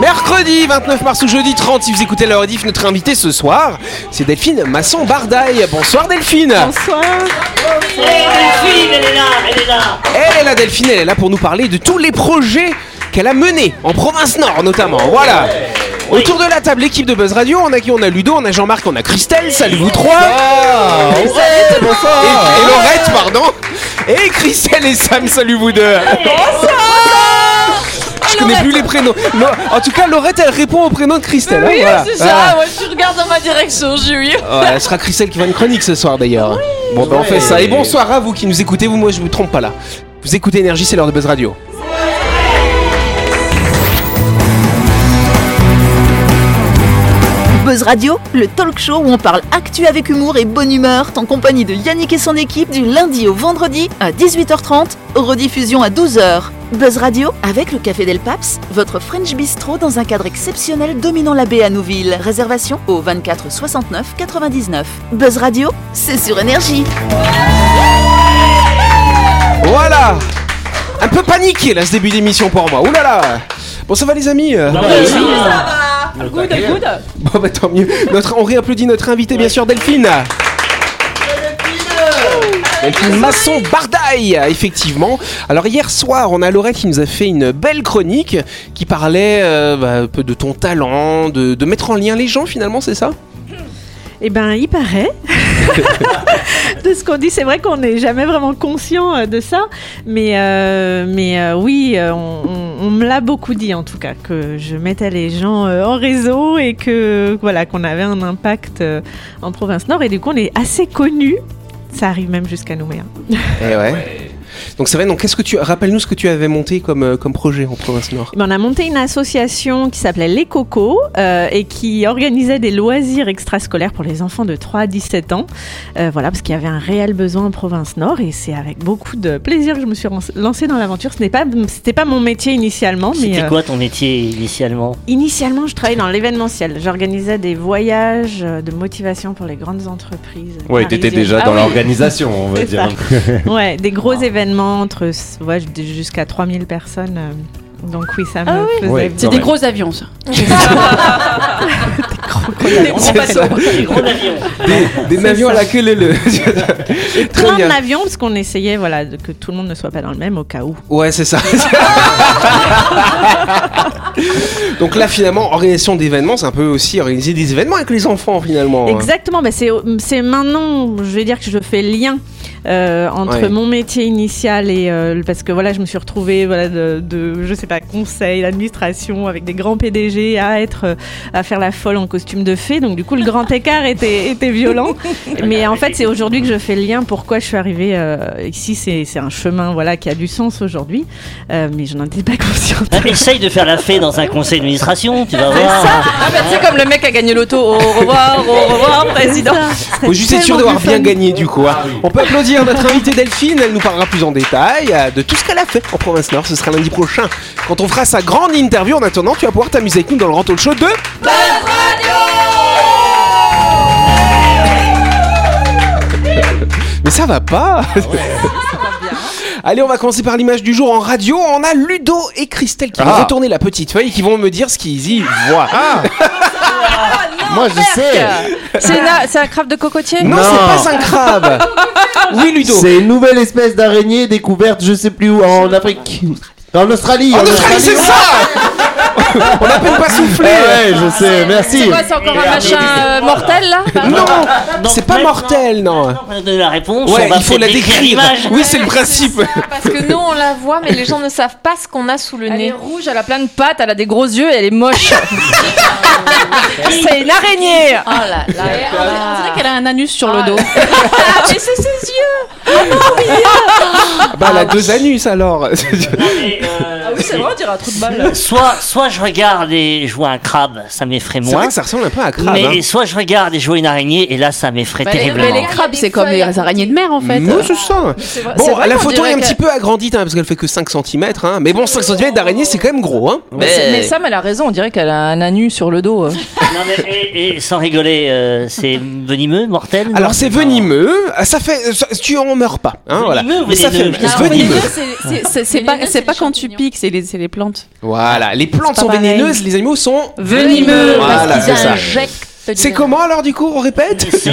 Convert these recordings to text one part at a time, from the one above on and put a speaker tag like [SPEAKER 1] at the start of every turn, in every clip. [SPEAKER 1] Mercredi 29 mars ou jeudi 30, si vous écoutez la rediff, notre invité ce soir, c'est Delphine Masson-Bardaille. Bonsoir Delphine
[SPEAKER 2] Delphine, elle est là, elle est là.
[SPEAKER 1] Elle est là Delphine, elle est là pour nous parler de tous les projets qu'elle a menés, en province nord notamment, voilà Autour de la table, l'équipe de Buzz Radio, on a qui On a Ludo, on a Jean-Marc, on a Christelle, salut vous trois et, et Laurette, pardon Et Christelle et Sam, salut vous deux Je connais plus les prénoms. Lo- en tout cas, Laurette, elle répond au prénom de Christelle. hein,
[SPEAKER 3] Oui,
[SPEAKER 1] voilà.
[SPEAKER 3] c'est
[SPEAKER 1] Voilà.
[SPEAKER 3] ça. Moi, tu regardes dans ma direction, j'ai eu.
[SPEAKER 1] Ouais, ce sera Christelle qui va une chronique ce soir d'ailleurs. bon, ben on fait ça. Et bonsoir à vous qui nous écoutez. Vous, moi, je vous trompe pas là. Vous écoutez Énergie, c'est l'heure de Buzz Radio.
[SPEAKER 4] Buzz Radio, le talk show où on parle actu avec humour et bonne humeur, en compagnie de Yannick et son équipe du lundi au vendredi à 18h30, rediffusion à 12h. Buzz Radio, avec le Café Del Paps, votre French Bistro dans un cadre exceptionnel dominant la baie à Nouville. Réservation au 24 69 99. Buzz Radio, c'est sur énergie.
[SPEAKER 1] Voilà Un peu paniqué là ce début d'émission pour moi. Ouh là là Bon, ça va les amis euh
[SPEAKER 3] Good, good.
[SPEAKER 1] Bon, bah tant mieux. Notre, on réapplaudit notre invité, bien sûr, Delphine. Delphine Masson Bardaille, effectivement. Alors hier soir, on a Laurette qui nous a fait une belle chronique qui parlait euh, bah, un peu de ton talent, de, de mettre en lien les gens finalement, c'est ça
[SPEAKER 5] Eh ben, il paraît. de ce qu'on dit, c'est vrai qu'on n'est jamais vraiment conscient euh, de ça, mais, euh, mais euh, oui, euh, on, on- on me l'a beaucoup dit en tout cas, que je mettais les gens euh, en réseau et que voilà qu'on avait un impact euh, en province nord et du coup on est assez connu. Ça arrive même jusqu'à hein. Nouméa.
[SPEAKER 1] Eh ouais. Donc c'est vrai, donc qu'est-ce que tu rappelle-nous ce que tu avais monté comme euh, comme projet en province Nord
[SPEAKER 5] Eh ben, on a monté une association qui s'appelait Les Cocos euh, et qui organisait des loisirs extrascolaires pour les enfants de 3 à 17 ans. Euh, voilà, parce qu'il y avait un réel besoin en province nord et c'est avec beaucoup de plaisir que je me suis ran- lancée dans l'aventure. Ce n'est pas, c'était pas mon métier initialement, mais
[SPEAKER 2] C'était
[SPEAKER 5] euh,
[SPEAKER 2] quoi ton métier initialement
[SPEAKER 5] initialement, je travaillais dans l'événementiel. J'organisais des voyages euh, de motivation pour les grandes entreprises.
[SPEAKER 6] Ouais, t'étais
[SPEAKER 5] parisiennes.
[SPEAKER 6] déjà
[SPEAKER 5] Ah
[SPEAKER 6] dans
[SPEAKER 5] oui.
[SPEAKER 6] l'organisation, on va
[SPEAKER 5] C'est
[SPEAKER 6] dire.
[SPEAKER 5] Ouais, des gros événements entre ouais, jusqu'à 3000 personnes. euh, donc oui, ça me faisait
[SPEAKER 6] Ouais.
[SPEAKER 3] C'est
[SPEAKER 6] Non,
[SPEAKER 3] des
[SPEAKER 6] mais-
[SPEAKER 3] gros avions, ça.
[SPEAKER 1] C'est ça.
[SPEAKER 2] Les gros avions.
[SPEAKER 1] Des avions à la queue leu leu. Très
[SPEAKER 5] plein
[SPEAKER 1] bien.
[SPEAKER 5] d'avions parce qu'on essayait voilà de- que tout le monde ne soit pas dans le même au cas où.
[SPEAKER 1] Ouais, c'est ça. Donc là, finalement, organisation d'événements, c'est un peu aussi organiser des événements avec les enfants, finalement. hein.
[SPEAKER 5] Exactement, bah c'est c'est maintenant je vais dire que je fais lien. euh, entre
[SPEAKER 1] Ouais.
[SPEAKER 5] mon métier initial et euh, le- parce que voilà je me suis retrouvée voilà de, de, je sais pas conseil d'administration avec des grands PDG à être euh, à faire la folle en costume de fée donc du coup le grand écart était était violent mais en fait c'est aujourd'hui que je fais le lien pourquoi je suis arrivée euh, ici c'est c'est un chemin voilà qui a du sens aujourd'hui Euh, mais je n'en étais pas consciente
[SPEAKER 2] Ah, mais Essaye de faire la fée dans un conseil d'administration, tu vas voir.
[SPEAKER 3] Ah bah c'est comme le mec a gagné l'auto. Au revoir, au revoir, président.
[SPEAKER 1] Faut juste être sûr d'avoir bien gagné, du coup. hein.
[SPEAKER 6] ah,
[SPEAKER 1] On peut applaudir notre invitée Delphine, elle nous parlera plus en détail euh, de tout ce qu'elle a fait en province Nord. Ce sera lundi prochain, quand on fera sa grande interview. En attendant, tu vas pouvoir t'amuser avec nous dans le Grand Talk Show 2. Mais ça va pas Allez, on va commencer par l'image du jour en radio. On a Ludo et Christelle qui vont
[SPEAKER 6] Ah.
[SPEAKER 1] retourner la petite feuille et qui vont me dire ce qu'ils y voient.
[SPEAKER 6] Ah Moi, je sais.
[SPEAKER 3] C'est na- c'est un crabe de cocotier
[SPEAKER 1] non,
[SPEAKER 6] Non.
[SPEAKER 1] c'est pas un crabe Oui, Ludo
[SPEAKER 6] C'est une nouvelle espèce d'araignée découverte, je sais plus où, en Afrique. En Australie.
[SPEAKER 1] En Australie, c'est ça On n'a même pas
[SPEAKER 6] Eh
[SPEAKER 1] soufflé
[SPEAKER 6] ouais, je
[SPEAKER 1] Ah,
[SPEAKER 6] sais, merci.
[SPEAKER 3] C'est quoi, c'est encore un machin euh, mortel là
[SPEAKER 1] Non
[SPEAKER 2] Donc,
[SPEAKER 1] C'est pas
[SPEAKER 2] maintenant-
[SPEAKER 1] mortel, non
[SPEAKER 2] Avant de donner la réponse,
[SPEAKER 1] Ouais,
[SPEAKER 2] on va
[SPEAKER 1] il faut la
[SPEAKER 2] peut-être
[SPEAKER 1] décrire Ah
[SPEAKER 2] l'image.
[SPEAKER 1] Oui, c'est le principe
[SPEAKER 7] Parce que nous, on la voit, mais les gens ne savent pas ce qu'on a sous le
[SPEAKER 3] Elle est
[SPEAKER 7] nez.
[SPEAKER 3] rouge, elle a plein de pattes, elle a des gros yeux et elle est moche. c'est une araignée. Ah.
[SPEAKER 7] Oh là là.
[SPEAKER 3] On dirait qu'elle a un anus sur le dos.
[SPEAKER 7] mais c'est ses yeux
[SPEAKER 1] Bah, elle a deux anus, alors
[SPEAKER 2] Et, euh,
[SPEAKER 3] c'est vrai, on dirait un trou de balle.
[SPEAKER 2] Soit, soit je regarde et je vois un crabe, ça m'effraie
[SPEAKER 1] C'est vrai
[SPEAKER 2] moins.
[SPEAKER 1] que ça ressemble un peu à un crabe,
[SPEAKER 2] mais
[SPEAKER 1] hein.
[SPEAKER 2] soit je regarde et je vois une araignée et là ça m'effraie
[SPEAKER 3] Bah, Mais,
[SPEAKER 2] terriblement.
[SPEAKER 3] les crabes, c'est comme les araignées de mer en fait.
[SPEAKER 1] Moi, je sens.
[SPEAKER 3] vrai- c'est
[SPEAKER 1] Bon,
[SPEAKER 3] vrai
[SPEAKER 1] la
[SPEAKER 3] qu'on
[SPEAKER 1] photo
[SPEAKER 3] dirait
[SPEAKER 1] est un petit
[SPEAKER 3] que-
[SPEAKER 1] peu agrandie, hein, parce qu'elle fait que 5 cm, hein. Mais bon, 5 cm d'araignée, c'est quand même gros, hein.
[SPEAKER 3] Mais Sam, elle a raison, on dirait qu'elle a un anus sur le dos.
[SPEAKER 2] Non, mais, et, et sans rigoler, euh, c'est venimeux, mortel non
[SPEAKER 1] Alors, c'est venimeux. Ah, Ça fait. ça- Tu en meurt pas. Hein, voilà.
[SPEAKER 2] Venimeux, vous
[SPEAKER 1] Mais ça
[SPEAKER 2] les
[SPEAKER 1] fait
[SPEAKER 2] deux.
[SPEAKER 1] mal.
[SPEAKER 2] Ah,
[SPEAKER 8] Alors,
[SPEAKER 1] Venimeux.
[SPEAKER 8] venimeux, c'est- c'est- c'est- c'est
[SPEAKER 7] Mais
[SPEAKER 8] pas,
[SPEAKER 7] les
[SPEAKER 8] c'est
[SPEAKER 7] nœuds,
[SPEAKER 8] pas
[SPEAKER 7] c'est les
[SPEAKER 8] quand tu
[SPEAKER 7] champignons.
[SPEAKER 8] piques, c'est les, c'est les plantes.
[SPEAKER 1] Voilà, les plantes sont
[SPEAKER 8] pareil.
[SPEAKER 1] vénéneuses, les animaux sont.
[SPEAKER 7] Venimeux,
[SPEAKER 1] Voilà,
[SPEAKER 7] parce qu'ils
[SPEAKER 1] c'est ça.
[SPEAKER 7] injectent. du
[SPEAKER 1] C'est
[SPEAKER 7] venin.
[SPEAKER 1] comment alors du coup on répète
[SPEAKER 2] C'est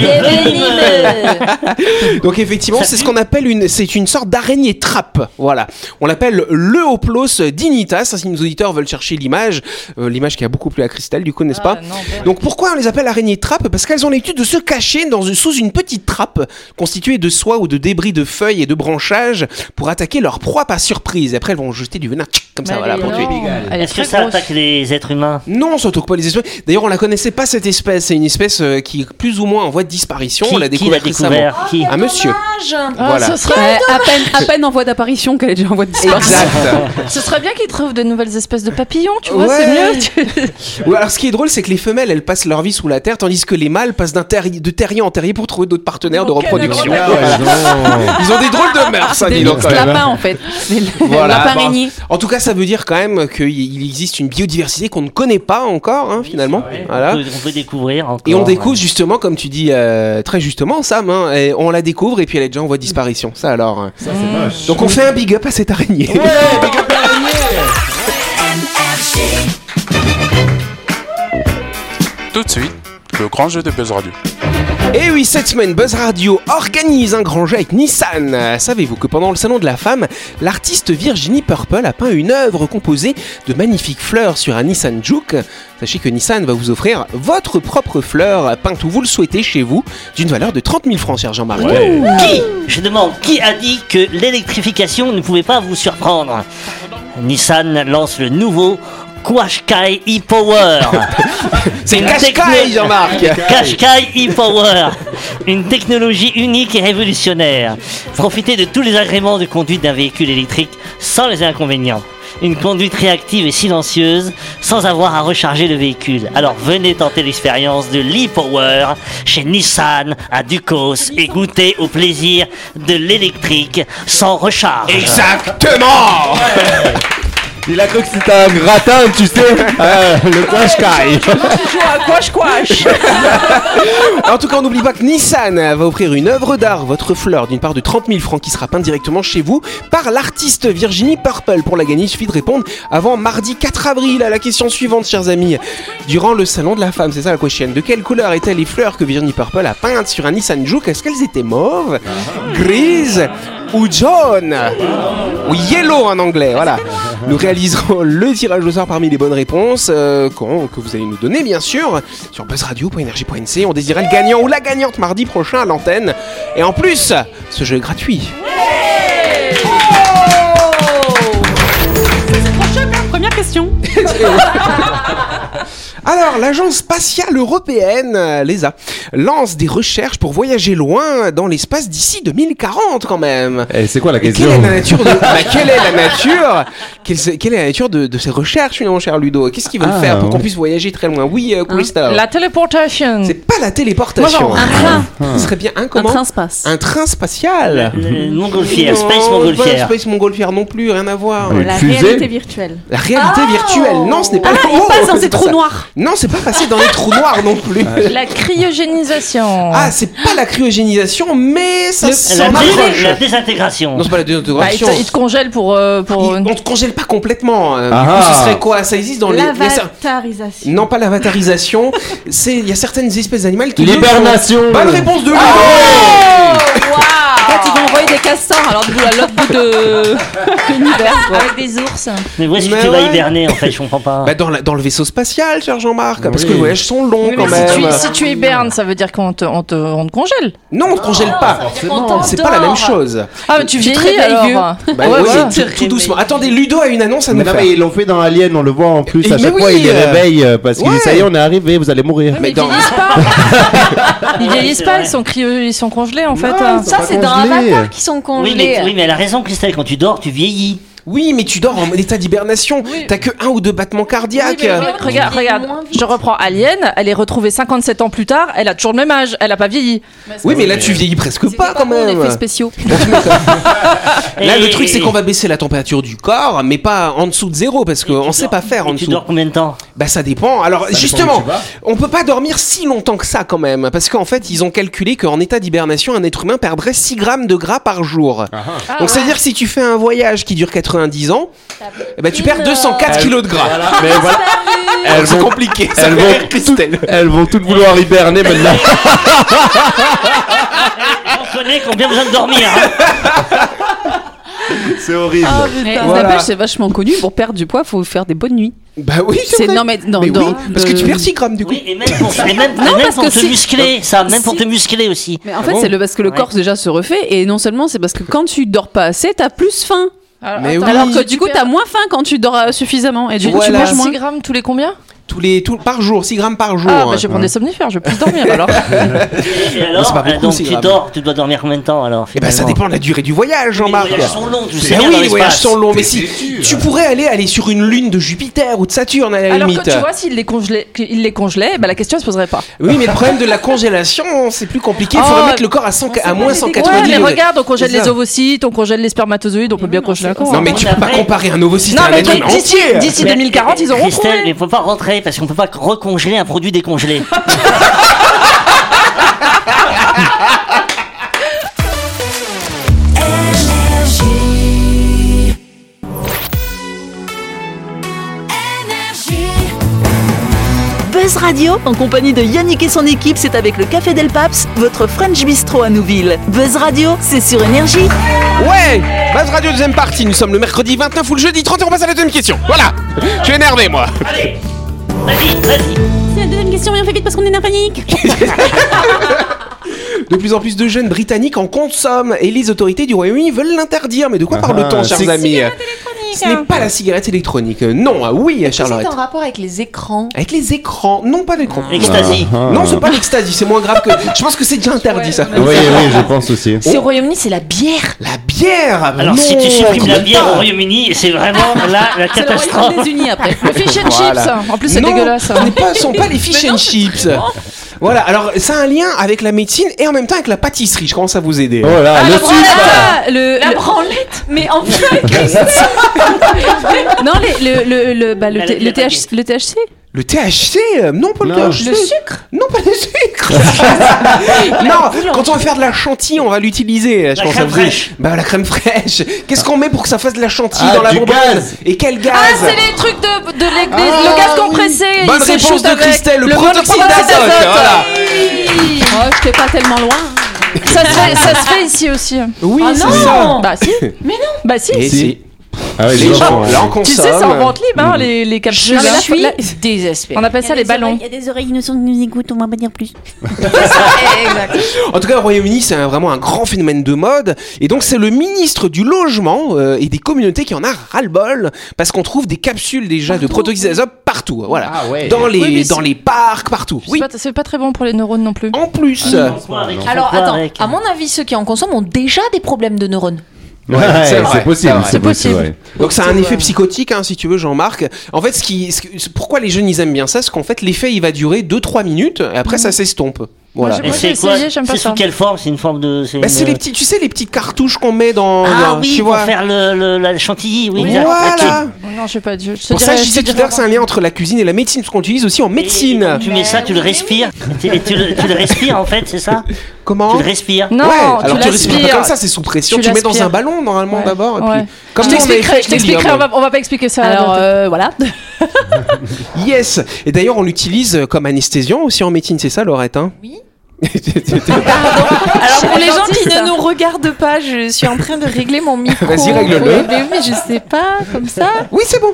[SPEAKER 2] venimeux.
[SPEAKER 1] Donc effectivement
[SPEAKER 2] Ça
[SPEAKER 1] c'est ce
[SPEAKER 2] pue.
[SPEAKER 1] qu'on appelle une c'est une sorte d'araignée trappe voilà on l'appelle le hoplos dignitas si nos auditeurs veulent chercher l'image euh, l'image qui a beaucoup plu à Christelle du coup n'est-ce pas
[SPEAKER 7] Ah, non, bon.
[SPEAKER 1] Donc pourquoi on les appelle araignées trappes Parce qu'elles ont l'habitude de se cacher dans une- sous une petite trappe constituée de soie ou de débris de feuilles et de branchages pour attaquer leur proie par surprise. Et après elles vont jeter du venin tchic, comme ça
[SPEAKER 2] Bah
[SPEAKER 1] voilà pour tuer.
[SPEAKER 8] Elle est
[SPEAKER 2] Est-ce que
[SPEAKER 8] très
[SPEAKER 2] ça
[SPEAKER 8] grosse. hein.
[SPEAKER 2] attaque les êtres humains
[SPEAKER 1] Non, ça touche pas les espèces. D'ailleurs, on la connaissait pas cette espèce. C'est une espèce euh, qui est plus ou moins en voie de disparition.
[SPEAKER 2] Qui
[SPEAKER 1] on l'a Ah,
[SPEAKER 2] qui l'a
[SPEAKER 1] découverte récemment.
[SPEAKER 2] découvert Ah, Qui
[SPEAKER 1] Un monsieur.
[SPEAKER 7] Dommage.
[SPEAKER 8] Ah,
[SPEAKER 1] voilà.
[SPEAKER 8] Ouais, à, peine, à peine en voie d'apparition qu'elle est déjà en voie de disparition.
[SPEAKER 1] Exact.
[SPEAKER 7] Ce serait bien qu'ils trouvent de nouvelles espèces de papillons, tu vois,
[SPEAKER 1] Ouais.
[SPEAKER 7] c'est mieux.
[SPEAKER 1] Ou alors, ce qui est drôle, c'est que les femelles, elles passent leur vie sous la terre, tandis que les mâles passent d'un terri- de terrier en terrier pour trouver d'autres partenaires de reproduction. Ils ont des drôles de mœurs, ça,
[SPEAKER 8] Des
[SPEAKER 1] Ah, dis donc.
[SPEAKER 8] mix
[SPEAKER 1] quand même.
[SPEAKER 8] lapins en fait. Des
[SPEAKER 1] Voilà,
[SPEAKER 8] lapins
[SPEAKER 1] bah,
[SPEAKER 8] araignées.
[SPEAKER 1] En tout cas, ça veut dire quand même qu'il existe une biodiversité qu'on ne connaît pas encore, hein, finalement.
[SPEAKER 2] Ouais,
[SPEAKER 1] Voilà.
[SPEAKER 2] on, peut, on peut découvrir encore.
[SPEAKER 1] Et on découvre justement, comme tu dis euh, très justement, Sam, hein, et on la découvre et puis elle est déjà en voie de disparition. Ça alors. hein.
[SPEAKER 6] Ça, c'est moche.
[SPEAKER 1] Donc on fait un big up à cette araignée.
[SPEAKER 9] Tout de suite, le grand jeu de Buzz Radio.
[SPEAKER 1] Et oui, cette semaine, Buzz Radio organise un grand jeu avec Nissan. Euh, Savez-vous que pendant le Salon de la Femme, l'artiste Virginie Purple a peint une œuvre composée de magnifiques fleurs sur un Nissan Juke Sachez que Nissan va vous offrir votre propre fleur peinte où vous le souhaitez chez vous, d'une valeur de 30 000 francs, cher Jean-Marie.
[SPEAKER 2] Qui Je demande, qui a dit que l'électrification ne pouvait pas vous surprendre Nissan lance le nouveau Qashqai e-Power.
[SPEAKER 1] C'est
[SPEAKER 2] Une
[SPEAKER 1] Qashqai,
[SPEAKER 2] techno-
[SPEAKER 1] Jean-Marc
[SPEAKER 2] Qashqai e-Power. Une technologie unique et révolutionnaire. Profitez de tous les agréments de conduite d'un véhicule électrique sans les inconvénients. Une conduite réactive et silencieuse sans avoir à recharger le véhicule. Alors venez tenter l'expérience de l'e-Power chez Nissan à Ducos et goûtez au plaisir de l'électrique sans recharge.
[SPEAKER 1] Exactement
[SPEAKER 6] Il a cru que c'était un gratin, tu sais. Euh, le crash caille.
[SPEAKER 1] En tout cas, on n'oublie pas que Nissan va offrir une œuvre d'art, votre fleur, d'une part de 30 000 francs qui sera peinte directement chez vous par l'artiste Virginie Purple. Pour la gagner, il suffit de répondre avant mardi 4 avril à la question suivante, chers amis. Durant le salon de la femme, c'est ça la question. De quelle couleur étaient les fleurs que Virginie Purple a peintes sur un Nissan Juke Est-ce qu'elles étaient mauves, grises ou jaunes ou yellow en anglais, voilà. Nous réaliserons le tirage au sort parmi les bonnes réponses euh, qu'on- que vous allez nous donner, bien sûr, sur buzzradio.energie.nc. On désirait le gagnant ou la gagnante mardi prochain à l'antenne. Et en plus, ce jeu est gratuit.
[SPEAKER 8] Première question.
[SPEAKER 1] Alors, l'Agence spatiale européenne, euh, l'ESA, lance des recherches pour voyager loin dans l'espace d'ici 2040 quand même.
[SPEAKER 6] Eh, c'est quoi la
[SPEAKER 1] Et
[SPEAKER 6] question
[SPEAKER 1] quelle est la nature de... Bah, quelle est la nature quelle, quelle est la nature de, de ces recherches, mon cher Ludo Qu'est-ce qu'ils veulent
[SPEAKER 6] Ah,
[SPEAKER 1] faire pour qu'on
[SPEAKER 6] oui.
[SPEAKER 1] puisse voyager très loin Oui, euh, Christophe.
[SPEAKER 3] La téléportation.
[SPEAKER 1] C'est pas la téléportation. hein. Ah,
[SPEAKER 8] Un train.
[SPEAKER 1] Ce serait bien un
[SPEAKER 8] Un
[SPEAKER 1] comment
[SPEAKER 8] train se passe.
[SPEAKER 1] Un train spatial.
[SPEAKER 2] Euh, Montgolfière,
[SPEAKER 1] Non,
[SPEAKER 2] Space
[SPEAKER 1] pas
[SPEAKER 2] Montgolfière.
[SPEAKER 1] Space Montgolfière non plus, rien à voir.
[SPEAKER 6] Ah, Une
[SPEAKER 8] La
[SPEAKER 6] fusée
[SPEAKER 8] réalité virtuelle.
[SPEAKER 1] La réalité virtuelle, non, ce n'est pas.
[SPEAKER 8] Ah, il
[SPEAKER 1] Oh,
[SPEAKER 8] passe dans
[SPEAKER 1] c'est
[SPEAKER 8] ces
[SPEAKER 1] pas
[SPEAKER 8] trous
[SPEAKER 1] ça.
[SPEAKER 8] noirs.
[SPEAKER 1] Non, c'est pas passé dans les trous noirs non plus.
[SPEAKER 7] La cryogénisation.
[SPEAKER 1] Ah, c'est pas la cryogénisation, mais ça
[SPEAKER 2] La,
[SPEAKER 1] s'en
[SPEAKER 2] dé-
[SPEAKER 1] approche.
[SPEAKER 2] la désintégration.
[SPEAKER 1] Non, c'est pas la
[SPEAKER 3] Bah, il,
[SPEAKER 1] désintégration.
[SPEAKER 3] te, il te congèle pour. euh,
[SPEAKER 7] Oh,
[SPEAKER 3] pour
[SPEAKER 1] Il-
[SPEAKER 3] une-
[SPEAKER 1] On te congèle pas complètement. euh,
[SPEAKER 6] Ah
[SPEAKER 1] du coup,
[SPEAKER 6] ah.
[SPEAKER 1] ce serait quoi Ça existe dans les. les-
[SPEAKER 5] L'avatarisation.
[SPEAKER 1] Non, pas l'avatarisation. C'est il y a certaines espèces d'animaux qui.
[SPEAKER 6] L'hibernation.
[SPEAKER 1] Bonne réponse
[SPEAKER 6] Ah
[SPEAKER 1] de Ludo.
[SPEAKER 8] En fait, ils vont envoyer des castors alors de à l'autre bout de de l'univers. quoi.
[SPEAKER 7] Avec des ours.
[SPEAKER 2] Mais où est-ce que
[SPEAKER 1] Mais
[SPEAKER 2] tu vas
[SPEAKER 1] ouais.
[SPEAKER 2] hiberner en fait Je comprends pas.
[SPEAKER 1] Bah, dans, la- dans le vaisseau spatial, cher Jean-Marc, parce que
[SPEAKER 6] Oui.
[SPEAKER 1] les voyages sont longs
[SPEAKER 7] Mais
[SPEAKER 1] quand
[SPEAKER 7] si, tu,
[SPEAKER 1] même.
[SPEAKER 7] si tu hibernes, ça veut dire qu'on te, on te, on te congèle.
[SPEAKER 1] Non, on ne congèle
[SPEAKER 7] Oh,
[SPEAKER 1] pas.
[SPEAKER 7] forcément.
[SPEAKER 1] C'est pas la même chose.
[SPEAKER 7] Ah, mais tu
[SPEAKER 8] Tu te
[SPEAKER 7] vieillis
[SPEAKER 8] réveilles
[SPEAKER 7] alors.
[SPEAKER 1] Bah,
[SPEAKER 7] Ouais,
[SPEAKER 1] oui,
[SPEAKER 7] voilà.
[SPEAKER 1] tout- tout, doucement. Attendez, Ludo a une annonce à
[SPEAKER 6] Mais
[SPEAKER 1] nous
[SPEAKER 6] non,
[SPEAKER 1] faire.
[SPEAKER 6] mais ils l'ont fait dans Alien, on le voit en plus.
[SPEAKER 1] Mais
[SPEAKER 6] à chaque
[SPEAKER 1] oui,
[SPEAKER 6] fois, il les
[SPEAKER 1] euh,
[SPEAKER 6] réveille euh, parce qu'il
[SPEAKER 1] ouais.
[SPEAKER 6] dit ça y est, on est arrivé, vous allez mourir.
[SPEAKER 1] Mais dans-
[SPEAKER 7] Ils
[SPEAKER 2] Ouais,
[SPEAKER 7] vieillissent
[SPEAKER 2] c'est
[SPEAKER 7] pas,
[SPEAKER 2] vrai.
[SPEAKER 7] ils sont, cryo- ils sont congelés en fait.
[SPEAKER 6] Non,
[SPEAKER 7] hein.
[SPEAKER 6] ils sont Ça, pas c'est dans congelés. Avatar
[SPEAKER 7] qu'ils sont
[SPEAKER 2] Oui mais, oui, mais à la raison, Christelle, quand tu dors, tu vieillis.
[SPEAKER 1] Oui, mais tu dors en état d'hibernation. T'as que un ou deux battements cardiaques.
[SPEAKER 8] Regarde, regarde,
[SPEAKER 7] moins vite.
[SPEAKER 8] je reprends Alien, elle est retrouvée 57 ans plus tard, elle a toujours le même âge, elle a pas vieilli.
[SPEAKER 1] oui, mais là, tu vieillis presque pas quand
[SPEAKER 3] Des
[SPEAKER 1] même.
[SPEAKER 3] effets spéciaux.
[SPEAKER 1] Là,
[SPEAKER 2] Et-
[SPEAKER 1] le truc, c'est qu'on va baisser la température du corps, mais pas en dessous de zéro, parce
[SPEAKER 2] Et
[SPEAKER 1] qu'on
[SPEAKER 2] tu
[SPEAKER 1] sait
[SPEAKER 2] dors-
[SPEAKER 1] pas faire
[SPEAKER 2] et
[SPEAKER 1] en
[SPEAKER 2] Tu
[SPEAKER 1] dessous.
[SPEAKER 2] dors combien de temps
[SPEAKER 1] Bah, ça dépend. Alors,
[SPEAKER 6] dépend où
[SPEAKER 1] justement,
[SPEAKER 6] tu vas.
[SPEAKER 1] on peut pas dormir si longtemps que ça, quand même, parce qu'en fait, ils ont calculé qu'en état d'hibernation, un être humain perdrait 6 grammes de gras par jour.
[SPEAKER 2] Ah,
[SPEAKER 1] Donc, c'est-à-dire que si tu fais un voyage qui dure 90 ans, eh ben, tu perds 204
[SPEAKER 6] Elle-
[SPEAKER 1] kilos de gras.
[SPEAKER 6] Mais voilà. Elles
[SPEAKER 1] C'est
[SPEAKER 6] vont,
[SPEAKER 1] compliqué, ça
[SPEAKER 6] elles,
[SPEAKER 1] fait rire
[SPEAKER 6] vont
[SPEAKER 1] Christelle.
[SPEAKER 6] toutes- elles vont toutes vouloir hiberner maintenant.
[SPEAKER 2] Ah, On connaît qu'on a bien besoin de dormir. hein.
[SPEAKER 6] C'est horrible.
[SPEAKER 8] Ah.
[SPEAKER 3] Mais la
[SPEAKER 1] Voilà.
[SPEAKER 3] pêche, c'est vachement connu. Pour perdre du poids, faut faire des bonnes nuits.
[SPEAKER 1] Bah oui,
[SPEAKER 3] C'est
[SPEAKER 1] vrai.
[SPEAKER 3] non mais non,
[SPEAKER 1] Mais
[SPEAKER 3] non,
[SPEAKER 1] oui, parce que
[SPEAKER 3] de-
[SPEAKER 8] Euh,
[SPEAKER 1] tu perds 6 grammes du coup.
[SPEAKER 2] Oui, et même pour, et même, et même
[SPEAKER 3] parce
[SPEAKER 2] pour
[SPEAKER 3] que
[SPEAKER 2] te
[SPEAKER 3] si-
[SPEAKER 2] muscler, ça, même pour
[SPEAKER 3] si-
[SPEAKER 2] te muscler aussi.
[SPEAKER 3] Mais
[SPEAKER 1] Ah
[SPEAKER 3] en fait, c'est le parce que le
[SPEAKER 2] Ouais.
[SPEAKER 3] corps déjà se refait et non seulement c'est parce que quand tu dors pas assez, t'as plus faim.
[SPEAKER 8] Ah,
[SPEAKER 1] Mais oui.
[SPEAKER 3] Alors que du coup, t'as moins faim quand tu dors euh, suffisamment et du coup,
[SPEAKER 1] Voilà.
[SPEAKER 3] tu manges moins.
[SPEAKER 7] 6 grammes tous les combien
[SPEAKER 1] Tous les, tout, par jour, 6 grammes par jour.
[SPEAKER 8] Ah, bah, je vais prendre des somnifères, je vais plus dormir alors.
[SPEAKER 2] Et
[SPEAKER 1] Mais c'est
[SPEAKER 2] alors,
[SPEAKER 1] pas beaucoup,
[SPEAKER 2] euh, donc
[SPEAKER 1] c'est
[SPEAKER 2] tu
[SPEAKER 1] grave.
[SPEAKER 2] dors, tu dois dormir combien de temps alors
[SPEAKER 1] Eh ben, ça
[SPEAKER 2] finalement
[SPEAKER 1] dépend de la durée du voyage,
[SPEAKER 2] Les
[SPEAKER 1] Jean-Marc.
[SPEAKER 2] voyages sont longs, tu sais
[SPEAKER 1] Ben
[SPEAKER 2] bien
[SPEAKER 1] oui,
[SPEAKER 2] dans
[SPEAKER 1] les voyages
[SPEAKER 2] l'espace.
[SPEAKER 1] sont longs, mais
[SPEAKER 6] T'es
[SPEAKER 1] si
[SPEAKER 6] têtu,
[SPEAKER 1] tu
[SPEAKER 6] hein.
[SPEAKER 1] pourrais aller aller sur une lune de Jupiter ou de Saturne à la
[SPEAKER 8] Alors
[SPEAKER 1] limite.
[SPEAKER 8] que tu vois, s'il les congelait, qu'il les congelait, bah, la question elle se poserait pas.
[SPEAKER 1] Oui, mais le problème de la congélation, c'est plus compliqué. Il faudrait
[SPEAKER 8] Oh,
[SPEAKER 1] mettre le corps à, 100 à moins
[SPEAKER 8] Ouais,
[SPEAKER 1] 190
[SPEAKER 8] mais
[SPEAKER 1] degrés.
[SPEAKER 8] regarde, on congèle
[SPEAKER 1] C'est ça.
[SPEAKER 8] les ovocytes, on congèle les spermatozoïdes, on peut bien congeler un corps.
[SPEAKER 1] Non, mais tu peux pas
[SPEAKER 2] Après-
[SPEAKER 1] comparer un ovocyte
[SPEAKER 8] Non,
[SPEAKER 1] à un
[SPEAKER 8] mais
[SPEAKER 1] être humain
[SPEAKER 8] d'ici
[SPEAKER 1] entier.
[SPEAKER 8] d'ici
[SPEAKER 2] Mais-
[SPEAKER 8] 2040, ils auront
[SPEAKER 2] Christelle,
[SPEAKER 8] trouvé.
[SPEAKER 2] il faut pas rentrer parce qu'on peut pas recongeler un produit décongelé.
[SPEAKER 1] Euh,
[SPEAKER 4] Buzz Radio, en compagnie de Yannick et son équipe, c'est avec le Café Del Paps, votre French Bistro à Nouville. Buzz Radio, c'est sur Énergie.
[SPEAKER 1] Ouais Base Radio, deuxième partie. Nous sommes le mercredi 29 ou le jeudi 30 et on passe à la deuxième question. Voilà Je suis énervé, moi.
[SPEAKER 2] Allez, vas-y, vas-y.
[SPEAKER 10] C'est la deuxième question et on fait vite parce qu'on est en panique.
[SPEAKER 1] De plus en plus de jeunes britanniques en consomment et les autorités du Royaume-Uni veulent l'interdire. Mais de quoi
[SPEAKER 6] Ah,
[SPEAKER 1] parle-t-on,
[SPEAKER 6] c'est-
[SPEAKER 1] chers amis Ce n'est pas la cigarette électronique. Euh, Non, ah oui,
[SPEAKER 7] C'est
[SPEAKER 1] Charlotte.
[SPEAKER 7] en rapport avec les écrans.
[SPEAKER 1] Avec les écrans. Non, pas l'écran.
[SPEAKER 2] Mmh.
[SPEAKER 1] Bah,
[SPEAKER 2] Ecstasy.
[SPEAKER 6] Ah,
[SPEAKER 1] Non, c'est pas l'extasie, c'est moins grave que. Je pense que c'est déjà interdit ça.
[SPEAKER 6] Oui, oui, je pense aussi.
[SPEAKER 1] Ah,
[SPEAKER 7] C'est au Royaume-Uni, c'est la bière.
[SPEAKER 1] La bière ah bah
[SPEAKER 2] Alors si
[SPEAKER 1] non,
[SPEAKER 2] tu supprimes la
[SPEAKER 1] quand
[SPEAKER 2] bière
[SPEAKER 1] même
[SPEAKER 2] au
[SPEAKER 1] pas.
[SPEAKER 2] Royaume-Uni, c'est vraiment la, la
[SPEAKER 3] C'est le
[SPEAKER 2] catastrophe.
[SPEAKER 3] Royaume des Unis après.
[SPEAKER 8] Le fish and
[SPEAKER 1] Voilà.
[SPEAKER 8] chips, en plus c'est
[SPEAKER 1] Non,
[SPEAKER 8] dégueulasse. hein.
[SPEAKER 1] Ce n'est pas- ce sont pas les fish and chips. Voilà, alors ça a un lien avec la médecine et en même temps avec la pâtisserie. Je commence à vous aider. hein.
[SPEAKER 6] Oh là, le sucre
[SPEAKER 3] Ah, le, le-
[SPEAKER 7] branlette
[SPEAKER 3] Mais enfin, non, les- le, le, le, bah, le,
[SPEAKER 2] La-
[SPEAKER 3] T-
[SPEAKER 2] la-
[SPEAKER 3] le THC. Le THC
[SPEAKER 1] Le THC euh, Non, pas le
[SPEAKER 6] Non.
[SPEAKER 1] THC.
[SPEAKER 8] Le sucre
[SPEAKER 1] Non, pas le sucre. non, quand on va faire de la chantilly, on va l'utiliser. euh, Je
[SPEAKER 2] La
[SPEAKER 1] pense à
[SPEAKER 2] crème
[SPEAKER 1] vous.
[SPEAKER 2] fraîche.
[SPEAKER 1] Bah, la crème fraîche. Qu'est-ce qu'on met pour que ça fasse de la chantilly
[SPEAKER 6] Ah,
[SPEAKER 1] dans la
[SPEAKER 6] du
[SPEAKER 1] bombasse
[SPEAKER 6] gaz.
[SPEAKER 1] Et quel gaz
[SPEAKER 8] Ah, c'est les trucs de, de, les- des-
[SPEAKER 1] Ah,
[SPEAKER 8] le gaz
[SPEAKER 1] oui.
[SPEAKER 8] compressé.
[SPEAKER 1] Bonne
[SPEAKER 8] il se
[SPEAKER 1] réponse
[SPEAKER 8] shoot
[SPEAKER 1] de
[SPEAKER 8] avec
[SPEAKER 1] Christelle, le protoxyde
[SPEAKER 8] protoxyde
[SPEAKER 1] d'azote, voilà.
[SPEAKER 8] Ah,
[SPEAKER 3] Oh, j'étais pas tellement loin.
[SPEAKER 8] Ça se, fait, ça se fait ici aussi.
[SPEAKER 1] Oui,
[SPEAKER 8] Ah
[SPEAKER 1] c'est ça.
[SPEAKER 8] Bah si. Mais non. Bah si.
[SPEAKER 1] Et
[SPEAKER 6] Si.
[SPEAKER 1] c'est-
[SPEAKER 6] Ah oui,
[SPEAKER 1] les gens, là, on
[SPEAKER 8] Tu sais,
[SPEAKER 1] consomme.
[SPEAKER 8] c'est en vente libre, hein, les, les capsules.
[SPEAKER 10] Je
[SPEAKER 8] là.
[SPEAKER 10] suis
[SPEAKER 8] Là,
[SPEAKER 7] Désespéré.
[SPEAKER 8] On appelle ça les ballons.
[SPEAKER 10] Il y a des oreilles innocentes qui nous écoutent, on va pas dire plus.
[SPEAKER 1] En tout cas, au Royaume-Uni, c'est un- vraiment un grand phénomène de mode. Et donc, c'est le ministre du Logement euh, et des communautés qui en a ras-le-bol parce qu'on trouve des capsules déjà de protoxyde d'azote partout. Voilà.
[SPEAKER 6] Ah ouais.
[SPEAKER 1] Dans, les,
[SPEAKER 8] Oui, mais
[SPEAKER 1] dans
[SPEAKER 8] c'est-
[SPEAKER 1] les parcs, partout.
[SPEAKER 7] C'est
[SPEAKER 1] Oui.
[SPEAKER 7] pas- C'est pas très bon pour les neurones non plus.
[SPEAKER 1] En plus.
[SPEAKER 2] Ah
[SPEAKER 7] Alors attends, à mon avis, ceux qui en consomment ont déjà des problèmes de neurones.
[SPEAKER 1] Ouais,
[SPEAKER 6] Ouais,
[SPEAKER 1] c'est vrai,
[SPEAKER 6] c'est possible,
[SPEAKER 1] c'est
[SPEAKER 6] c'est possible.
[SPEAKER 8] possible.
[SPEAKER 6] ouais.
[SPEAKER 1] Donc ça a un effet psychotique, hein, si tu veux, Jean-Marc. En fait, ce qui, ce que- pourquoi les jeunes ils aiment bien ça, c'est qu'en fait l'effet il va durer 2-3 minutes et après ça s'estompe. Voilà.
[SPEAKER 2] Et
[SPEAKER 8] Moi, j'ai
[SPEAKER 2] c'est
[SPEAKER 8] essayé,
[SPEAKER 2] quoi
[SPEAKER 8] j'aime pas
[SPEAKER 2] C'est
[SPEAKER 8] ça.
[SPEAKER 2] sous quelle forme C'est une forme de.
[SPEAKER 1] Bah, c'est
[SPEAKER 2] une-
[SPEAKER 1] les petits, tu sais, les petites cartouches qu'on met dans,
[SPEAKER 2] Ah
[SPEAKER 1] dans-
[SPEAKER 2] oui,
[SPEAKER 1] Oh tu
[SPEAKER 2] pour
[SPEAKER 1] vois.
[SPEAKER 2] faire Ah, le, le- la chantilly, oui. bien.
[SPEAKER 1] Voilà.
[SPEAKER 2] Ok.
[SPEAKER 8] Non, je sais pas. Je, je te
[SPEAKER 1] Pour ça,
[SPEAKER 8] dirais-
[SPEAKER 1] je disais
[SPEAKER 8] te
[SPEAKER 1] tout à
[SPEAKER 8] dirais
[SPEAKER 1] l'heure, c'est un lien entre la cuisine et la médecine, parce qu'on l'utilise aussi
[SPEAKER 2] Et-
[SPEAKER 1] en
[SPEAKER 2] et quand
[SPEAKER 1] médecine.
[SPEAKER 2] tu mets ça, tu le respires. Et tu, le, tu le respires en fait, c'est ça Tu
[SPEAKER 1] Comment
[SPEAKER 2] le respires.
[SPEAKER 8] Non,
[SPEAKER 1] ouais,
[SPEAKER 8] tu
[SPEAKER 1] alors tu respires pas
[SPEAKER 8] l'aspires.
[SPEAKER 1] comme ça, c'est sous pression.
[SPEAKER 8] Tu
[SPEAKER 1] Tu, mets dans
[SPEAKER 8] l'aspires.
[SPEAKER 1] un ballon normalement
[SPEAKER 8] Ouais.
[SPEAKER 1] d'abord. Et puis,
[SPEAKER 8] Ouais.
[SPEAKER 1] comme
[SPEAKER 8] Je
[SPEAKER 1] nous, on avait
[SPEAKER 8] t'expliquerai,
[SPEAKER 1] fait
[SPEAKER 8] je
[SPEAKER 1] avec Lilium.
[SPEAKER 8] t'expliquerai, on va, on va pas expliquer ça.
[SPEAKER 10] Ah,
[SPEAKER 3] Alors,
[SPEAKER 8] Adèle.
[SPEAKER 3] euh, voilà.
[SPEAKER 1] Yes. Et d'ailleurs, on l'utilise comme anesthésiant aussi en médecine, c'est ça, Laurette hein
[SPEAKER 7] Oui.
[SPEAKER 3] Alors,
[SPEAKER 7] Pour les gens qui ne nous regardent pas, je suis en train de régler mon micro.
[SPEAKER 1] Vas-y, règle-le.
[SPEAKER 7] Oui, Mais, oui, mais je sais pas, comme ça.
[SPEAKER 1] oui, c'est bon.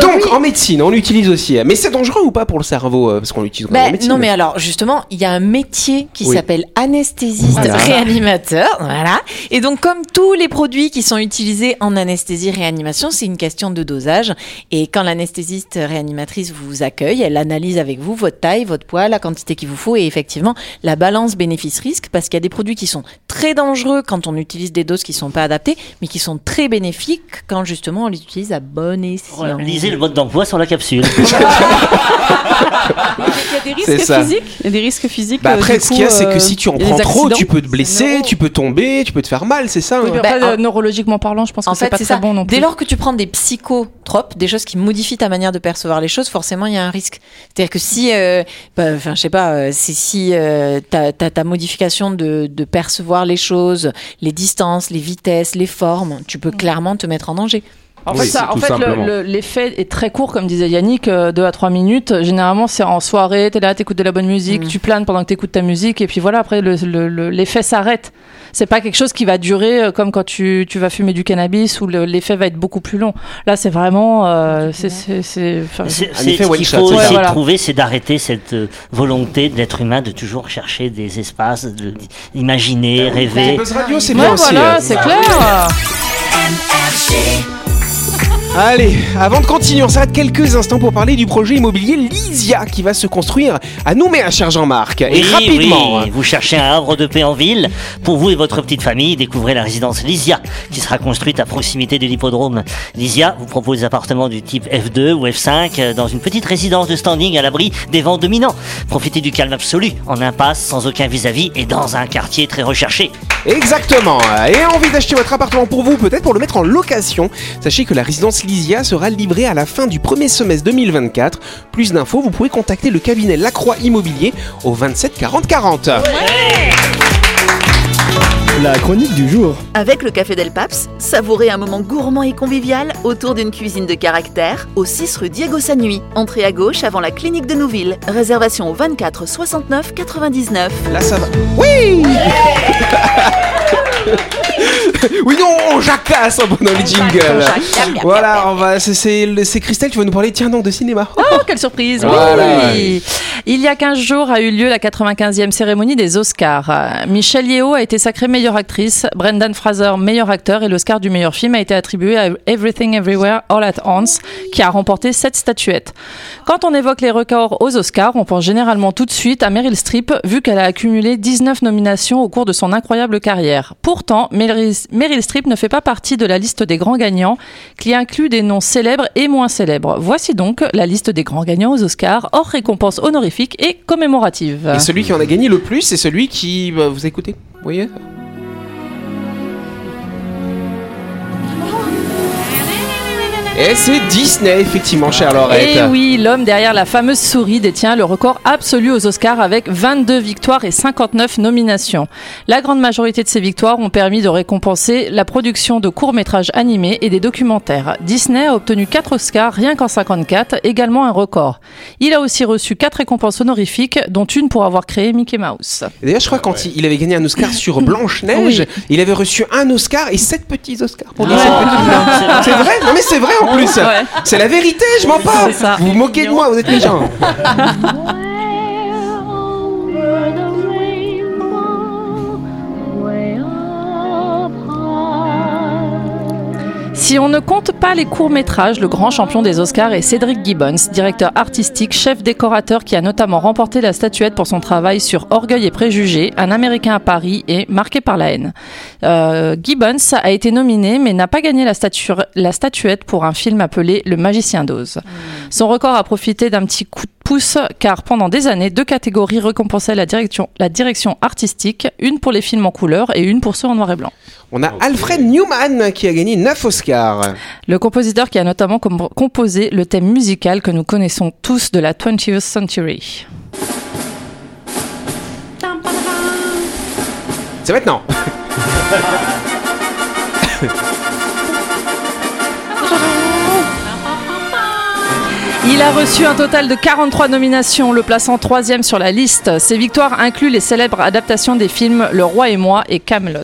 [SPEAKER 1] Donc, en médecine, on l'utilise aussi. Mais c'est dangereux ou pas pour le cerveau euh, Parce qu'on l'utilise
[SPEAKER 7] Bah,
[SPEAKER 1] en médecine.
[SPEAKER 7] non, mais alors, justement, il y a un métier qui
[SPEAKER 1] Oui.
[SPEAKER 7] s'appelle anesthésiste
[SPEAKER 1] Voilà.
[SPEAKER 7] réanimateur. Voilà. Et donc, comme tous les produits qui sont utilisés en anesthésie-réanimation, c'est une question de dosage. Et quand l'anesthésiste réanimatrice vous accueille, elle analyse avec vous votre taille, votre poids, la quantité qu'il vous faut et effectivement la balance bénéfice-risque parce qu'il y a des produits qui sont très dangereux quand on utilise des doses qui sont pas adaptées, mais qui sont très bénéfiques quand justement on les utilise à bon escient.
[SPEAKER 2] Lisez le mode d'emploi sur la capsule.
[SPEAKER 8] Il y a des
[SPEAKER 1] C'est
[SPEAKER 8] risques
[SPEAKER 1] ça.
[SPEAKER 8] physiques. Il y a des risques physiques.
[SPEAKER 1] Bah
[SPEAKER 8] euh,
[SPEAKER 1] après,
[SPEAKER 8] du
[SPEAKER 1] ce qu'il y a,
[SPEAKER 8] coup,
[SPEAKER 1] c'est
[SPEAKER 8] euh,
[SPEAKER 1] que si tu en
[SPEAKER 8] et les
[SPEAKER 1] prends trop,
[SPEAKER 8] accidents.
[SPEAKER 1] tu peux te blesser, tu peux tomber, tu peux te faire mal, c'est ça
[SPEAKER 8] Oui,
[SPEAKER 1] hein
[SPEAKER 8] mais
[SPEAKER 7] Bah,
[SPEAKER 8] après,
[SPEAKER 7] en-
[SPEAKER 8] euh, neurologiquement parlant, je pense que
[SPEAKER 7] En
[SPEAKER 8] c'est
[SPEAKER 7] fait,
[SPEAKER 8] pas
[SPEAKER 7] c'est
[SPEAKER 8] très
[SPEAKER 7] ça.
[SPEAKER 8] bon non plus.
[SPEAKER 7] Dès lors que tu prends des psychotropes, des choses qui modifient ta manière de percevoir les choses, forcément, il y a un risque. C'est-à-dire que si, euh, bah, enfin, je sais pas, euh, si, si euh, ta, ta- ta modification de, de percevoir les choses, les distances, les vitesses, les formes, tu peux clairement te mettre en danger.
[SPEAKER 8] En
[SPEAKER 1] Oui,
[SPEAKER 8] fait,
[SPEAKER 1] c'est
[SPEAKER 8] ça- en
[SPEAKER 1] tout
[SPEAKER 8] fait, le-
[SPEAKER 1] simplement.
[SPEAKER 8] le- l'effet est très court, comme disait Yannick, 2 à 3 minutes. Généralement, c'est en soirée, t'es là, t'écoutes de la bonne musique, tu planes pendant que t'écoutes ta musique, et puis voilà, après, le- le- le- l'effet s'arrête. C'est pas quelque chose qui va durer euh, comme quand tu, tu vas fumer du cannabis, où le- l'effet va être beaucoup plus long. Là, c'est vraiment. euh, c'est- c'est- c'est- enfin,
[SPEAKER 2] C'est
[SPEAKER 1] Un
[SPEAKER 2] c'est
[SPEAKER 1] effet
[SPEAKER 2] ce
[SPEAKER 1] one
[SPEAKER 2] qu'il
[SPEAKER 1] shot,
[SPEAKER 2] faut
[SPEAKER 1] c'est
[SPEAKER 2] essayer
[SPEAKER 8] ça.
[SPEAKER 2] de
[SPEAKER 8] Voilà.
[SPEAKER 2] trouver, c'est d'arrêter cette euh, volonté de l'être humain de toujours chercher des espaces, de- d'imaginer, rêver.
[SPEAKER 1] Buzz Radio, c'est
[SPEAKER 8] Ouais,
[SPEAKER 1] bien aussi.
[SPEAKER 8] voilà,
[SPEAKER 1] hein.
[SPEAKER 8] c'est clair.
[SPEAKER 1] Allez, avant de continuer, on s'arrête quelques instants pour parler du projet immobilier Lysia qui va se construire à Nouméa, cher Jean-Marc.
[SPEAKER 2] Oui,
[SPEAKER 1] et rapidement.
[SPEAKER 2] oui, hein. vous cherchez un havre de paix en ville. Pour vous et votre petite famille, découvrez la résidence Lysia, qui sera construite à proximité de l'hippodrome. Lysia vous propose des appartements du type F2 ou F5 euh, dans une petite résidence de standing à l'abri des vents dominants. Profitez du calme absolu, en impasse, sans aucun vis-à-vis et dans un quartier très recherché.
[SPEAKER 1] Exactement. Et envie d'acheter votre appartement pour vous, peut-être pour le mettre en location. Sachez que la résidence Lysia sera livrée à la fin du premier semestre 2024. Plus d'infos, vous pouvez contacter le cabinet Lacroix Immobilier au 27 40 40.
[SPEAKER 11] La chronique du jour.
[SPEAKER 4] Avec le Café Del Paps, savourez un moment gourmand et convivial autour d'une cuisine de caractère au 6 rue Diego Sanui. Entrée à gauche avant la clinique de Nouville. Réservation au 24 69 99.
[SPEAKER 1] Là, ça va. Oui Oui, non, on jacasse hein, pendant le jingle. Voilà, on va. c'est- C'est le- c'est Christelle, tu vas nous parler, tiens, non, de cinéma.
[SPEAKER 8] Oh, quelle surprise oui.
[SPEAKER 1] Voilà.
[SPEAKER 8] Il y a 15 jours a eu lieu la 95e cérémonie des Oscars. Euh, Michelle Yeoh a été sacrée meilleure actrice, Brendan Fraser meilleur acteur et l'Oscar du meilleur film a été attribué à Everything Everywhere All at Once qui a remporté 7 statuettes. Quand on évoque les records aux Oscars, on pense généralement tout de suite à Meryl Streep vu qu'elle a accumulé 19 nominations au cours de son incroyable carrière. Pourtant, Meryl Meryl Streep ne fait pas partie de la liste des grands gagnants qui inclut des noms célèbres et moins célèbres. Voici donc la liste des grands gagnants aux Oscars hors récompense honorifique et commémorative.
[SPEAKER 1] Et celui qui en a gagné le plus, c'est celui qui. bah, vous écoutez Vous voyez Et c'est Disney, effectivement, chère Laurette.
[SPEAKER 8] Et oui, l'homme derrière la fameuse souris détient le record absolu aux Oscars avec 22 victoires et 59 nominations. La grande majorité de ces victoires ont permis de récompenser la production de courts-métrages animés et des documentaires. Disney a obtenu 4 Oscars rien qu'en 54, également un record. Il a aussi reçu 4 récompenses honorifiques, dont une pour avoir créé Mickey Mouse.
[SPEAKER 1] Et D'ailleurs, je crois quand il- il avait gagné un Oscar sur Blanche-Neige, il avait reçu un Oscar et sept petits Oscars pour Disney.
[SPEAKER 2] hein.
[SPEAKER 1] C'est vrai Non, mais c'est vrai en plus
[SPEAKER 8] Ouais.
[SPEAKER 1] C'est la vérité, je m'en parle
[SPEAKER 8] C'est ça.
[SPEAKER 1] Vous vous moquez de moi, vous êtes méchants
[SPEAKER 8] Si on ne compte pas les courts-métrages, le grand champion des Oscars est Cédric Gibbons, directeur artistique, chef décorateur qui a notamment remporté la statuette pour son travail sur Orgueil et Préjugés, Un Américain à Paris et Marqué par la haine. Euh, Gibbons a été nominé mais n'a pas gagné la, statu- la statuette pour un film appelé Le Magicien d'Oz. Son record a profité d'un petit coup de pouce car pendant des années, deux catégories récompensaient la direction, la direction artistique, une pour les films en couleur et une pour ceux en noir et blanc.
[SPEAKER 1] On a Alfred Newman qui a gagné 9 Oscars.
[SPEAKER 8] Le compositeur qui a notamment com- composé le thème musical que nous connaissons tous de la 20th century.
[SPEAKER 1] C'est maintenant
[SPEAKER 8] Il a reçu un total de 43 nominations, le plaçant troisième sur la liste. Ses victoires incluent les célèbres adaptations des films Le Roi et moi et Camelot.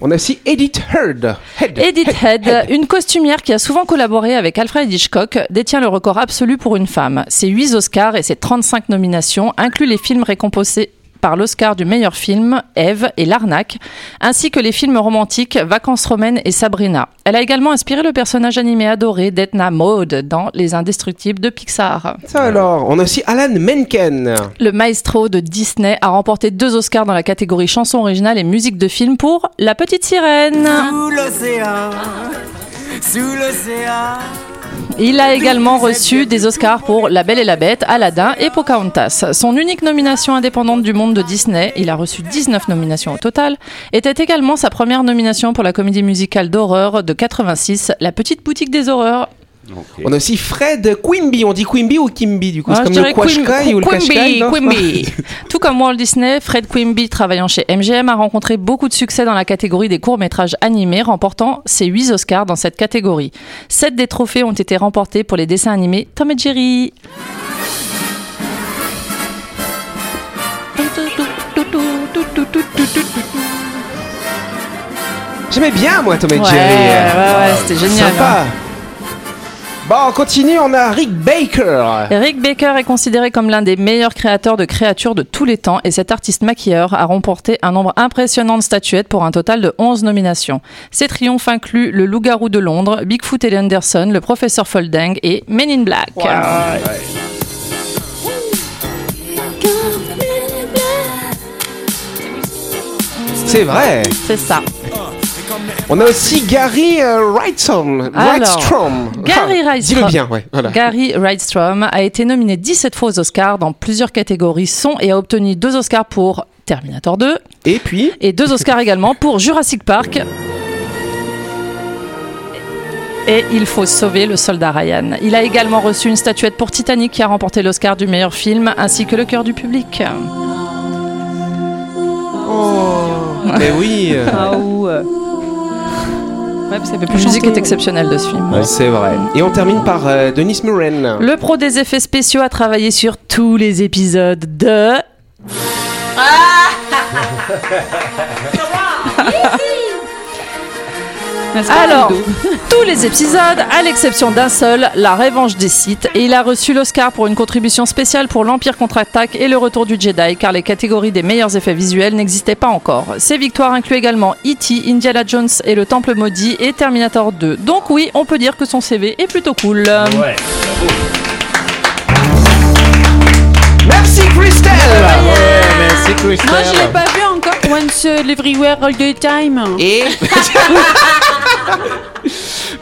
[SPEAKER 1] On a aussi Edith Heard. Head.
[SPEAKER 8] Edith Head, une costumière qui a souvent collaboré avec Alfred Hitchcock, détient le record absolu pour une femme. Ses 8 Oscars et ses 35 nominations incluent les films récompensés par l'Oscar du meilleur film, Eve et L'Arnaque, ainsi que les films romantiques Vacances romaines et Sabrina. Elle a également inspiré le personnage animé adoré d'Etna Maude dans Les Indestructibles de Pixar.
[SPEAKER 1] Ça alors, on a aussi Alan Menken.
[SPEAKER 8] Le maestro de Disney a remporté deux Oscars dans la catégorie chanson originale et musique de film pour La Petite Sirène.
[SPEAKER 12] Sous l'océan, sous l'océan.
[SPEAKER 8] Il a également reçu des Oscars pour La Belle et la Bête, Aladdin et Pocahontas. Son unique nomination indépendante du monde de Disney, il a reçu 19 nominations au total, était également sa première nomination pour la comédie musicale d'horreur de 86, La Petite Boutique des Horreurs.
[SPEAKER 1] On a aussi Fred Quimby. On dit Quimby ou Kimby du coup
[SPEAKER 8] Ah,
[SPEAKER 1] C'est comme
[SPEAKER 8] je
[SPEAKER 1] le
[SPEAKER 8] dirais Quim-
[SPEAKER 1] Quashkai ou le hein
[SPEAKER 8] Quimby,
[SPEAKER 1] Kashkai, non
[SPEAKER 8] Quimby. Tout comme Walt Disney, Fred Quimby, travaillant chez MGM, a rencontré beaucoup de succès dans la catégorie des courts-métrages animés, remportant ses 8 Oscars dans cette catégorie. 7 des trophées ont été remportés pour les dessins animés Tom et Jerry.
[SPEAKER 1] Ah, J'aimais bien moi Tom et
[SPEAKER 8] Ouais,
[SPEAKER 1] Jerry.
[SPEAKER 8] ouais, ouais, c'était génial, hein.
[SPEAKER 1] Sympa. Bon, on continue, on a Rick Baker.
[SPEAKER 8] Rick Baker est considéré comme l'un des meilleurs créateurs de créatures de tous les temps et cet artiste maquilleur a remporté un nombre impressionnant de statuettes pour un total de 11 nominations. Ses triomphes incluent Le Loup-garou de Londres, Bigfoot et Anderson, Le Professeur Folding et Men in Black.
[SPEAKER 1] C'est vrai.
[SPEAKER 8] C'est ça.
[SPEAKER 1] On a aussi Gary euh, Wrightson.
[SPEAKER 8] Alors,
[SPEAKER 1] Wrightstrom.
[SPEAKER 8] Gary
[SPEAKER 1] Enfin, Dis-le
[SPEAKER 8] Wrightstrom.
[SPEAKER 1] bien, ouais. Voilà.
[SPEAKER 8] Gary Rydstrom a été nominé 17 fois aux Oscars dans plusieurs catégories son et a obtenu deux Oscars pour Terminator 2
[SPEAKER 1] et puis
[SPEAKER 8] et deux Oscars également pour Jurassic Park. Et il faut sauver le soldat Ryan. Il a également reçu une statuette pour Titanic qui a remporté l'Oscar du meilleur film ainsi que le cœur du public. Oh.
[SPEAKER 1] Mais oui. euh,
[SPEAKER 13] Ah,
[SPEAKER 8] La musique est exceptionnelle de ce film.
[SPEAKER 1] ouais, C'est vrai. Et on termine par euh, Denis Muren.
[SPEAKER 8] Le pro des effets spéciaux a travaillé sur tous les épisodes de Alors, tous les épisodes, à l'exception d'un seul, La Revanche des Sith, et il a reçu l'Oscar pour une contribution spéciale pour l'Empire contre-attaque et le retour du Jedi, car les catégories des meilleurs effets visuels n'existaient pas encore. Ses victoires incluent également E.T., Indiana Jones et le Temple Maudit et Terminator 2. Donc oui, on peut dire que son CV est plutôt cool.
[SPEAKER 1] Merci Christelle
[SPEAKER 8] Ah,
[SPEAKER 6] merci Christelle.
[SPEAKER 8] Hein,
[SPEAKER 13] Moi, je l'ai pas vu encore. Once, uh, everywhere, all the time.
[SPEAKER 1] Et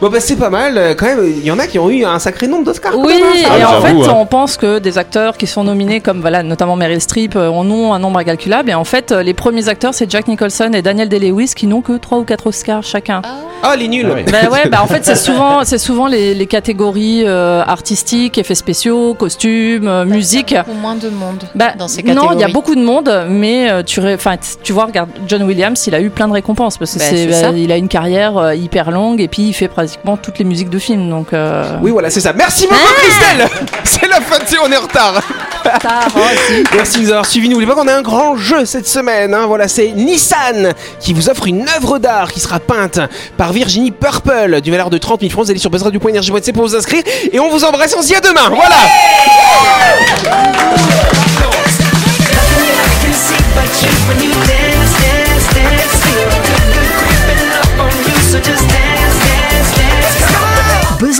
[SPEAKER 1] Bon, bah, c'est pas mal. euh, Quand même, il y en a qui ont eu un sacré nombre d'Oscars.
[SPEAKER 8] Oui, Ah
[SPEAKER 1] quand même, hein.
[SPEAKER 8] et en fait, on pense que des acteurs qui sont nominés, comme voilà, notamment Meryl Streep, euh, en ont un nombre incalculable. Et en fait, euh, les premiers acteurs, c'est Jack Nicholson et Daniel Day-Lewis, qui n'ont que 3 ou 4 Oscars chacun.
[SPEAKER 1] Ah, les nuls
[SPEAKER 8] Bah ouais, bah en fait c'est souvent c'est souvent les, les catégories euh, artistiques, effets spéciaux, costumes, euh, musique.
[SPEAKER 7] Au moins de monde
[SPEAKER 8] Bah,
[SPEAKER 7] dans ces catégories.
[SPEAKER 8] non, il y a beaucoup de monde, mais euh, tu, ré- enfin, t- tu vois, regarde, John Williams, il a eu plein de récompenses parce que
[SPEAKER 7] Bah,
[SPEAKER 8] c'est,
[SPEAKER 7] c'est ça.
[SPEAKER 8] bah, il a une carrière euh, hyper longue et puis il fait pratiquement toutes les musiques de films. Donc, euh,
[SPEAKER 1] Oui, voilà, c'est ça. Merci beaucoup,
[SPEAKER 8] Ah.
[SPEAKER 1] Christelle C'est la fin de on est en retard
[SPEAKER 7] hein.
[SPEAKER 1] Merci de nous avoir suivis. N'oubliez pas qu'on a un grand jeu cette semaine. hein. Voilà, c'est Nissan qui vous offre une œuvre d'art qui sera peinte par Virginie Purple d'une valeur de 30 000 francs. Vous allez sur buzzradio.energie.nc pour vous inscrire. Et on vous embrasse, on se dit à demain Voilà
[SPEAKER 4] Buzz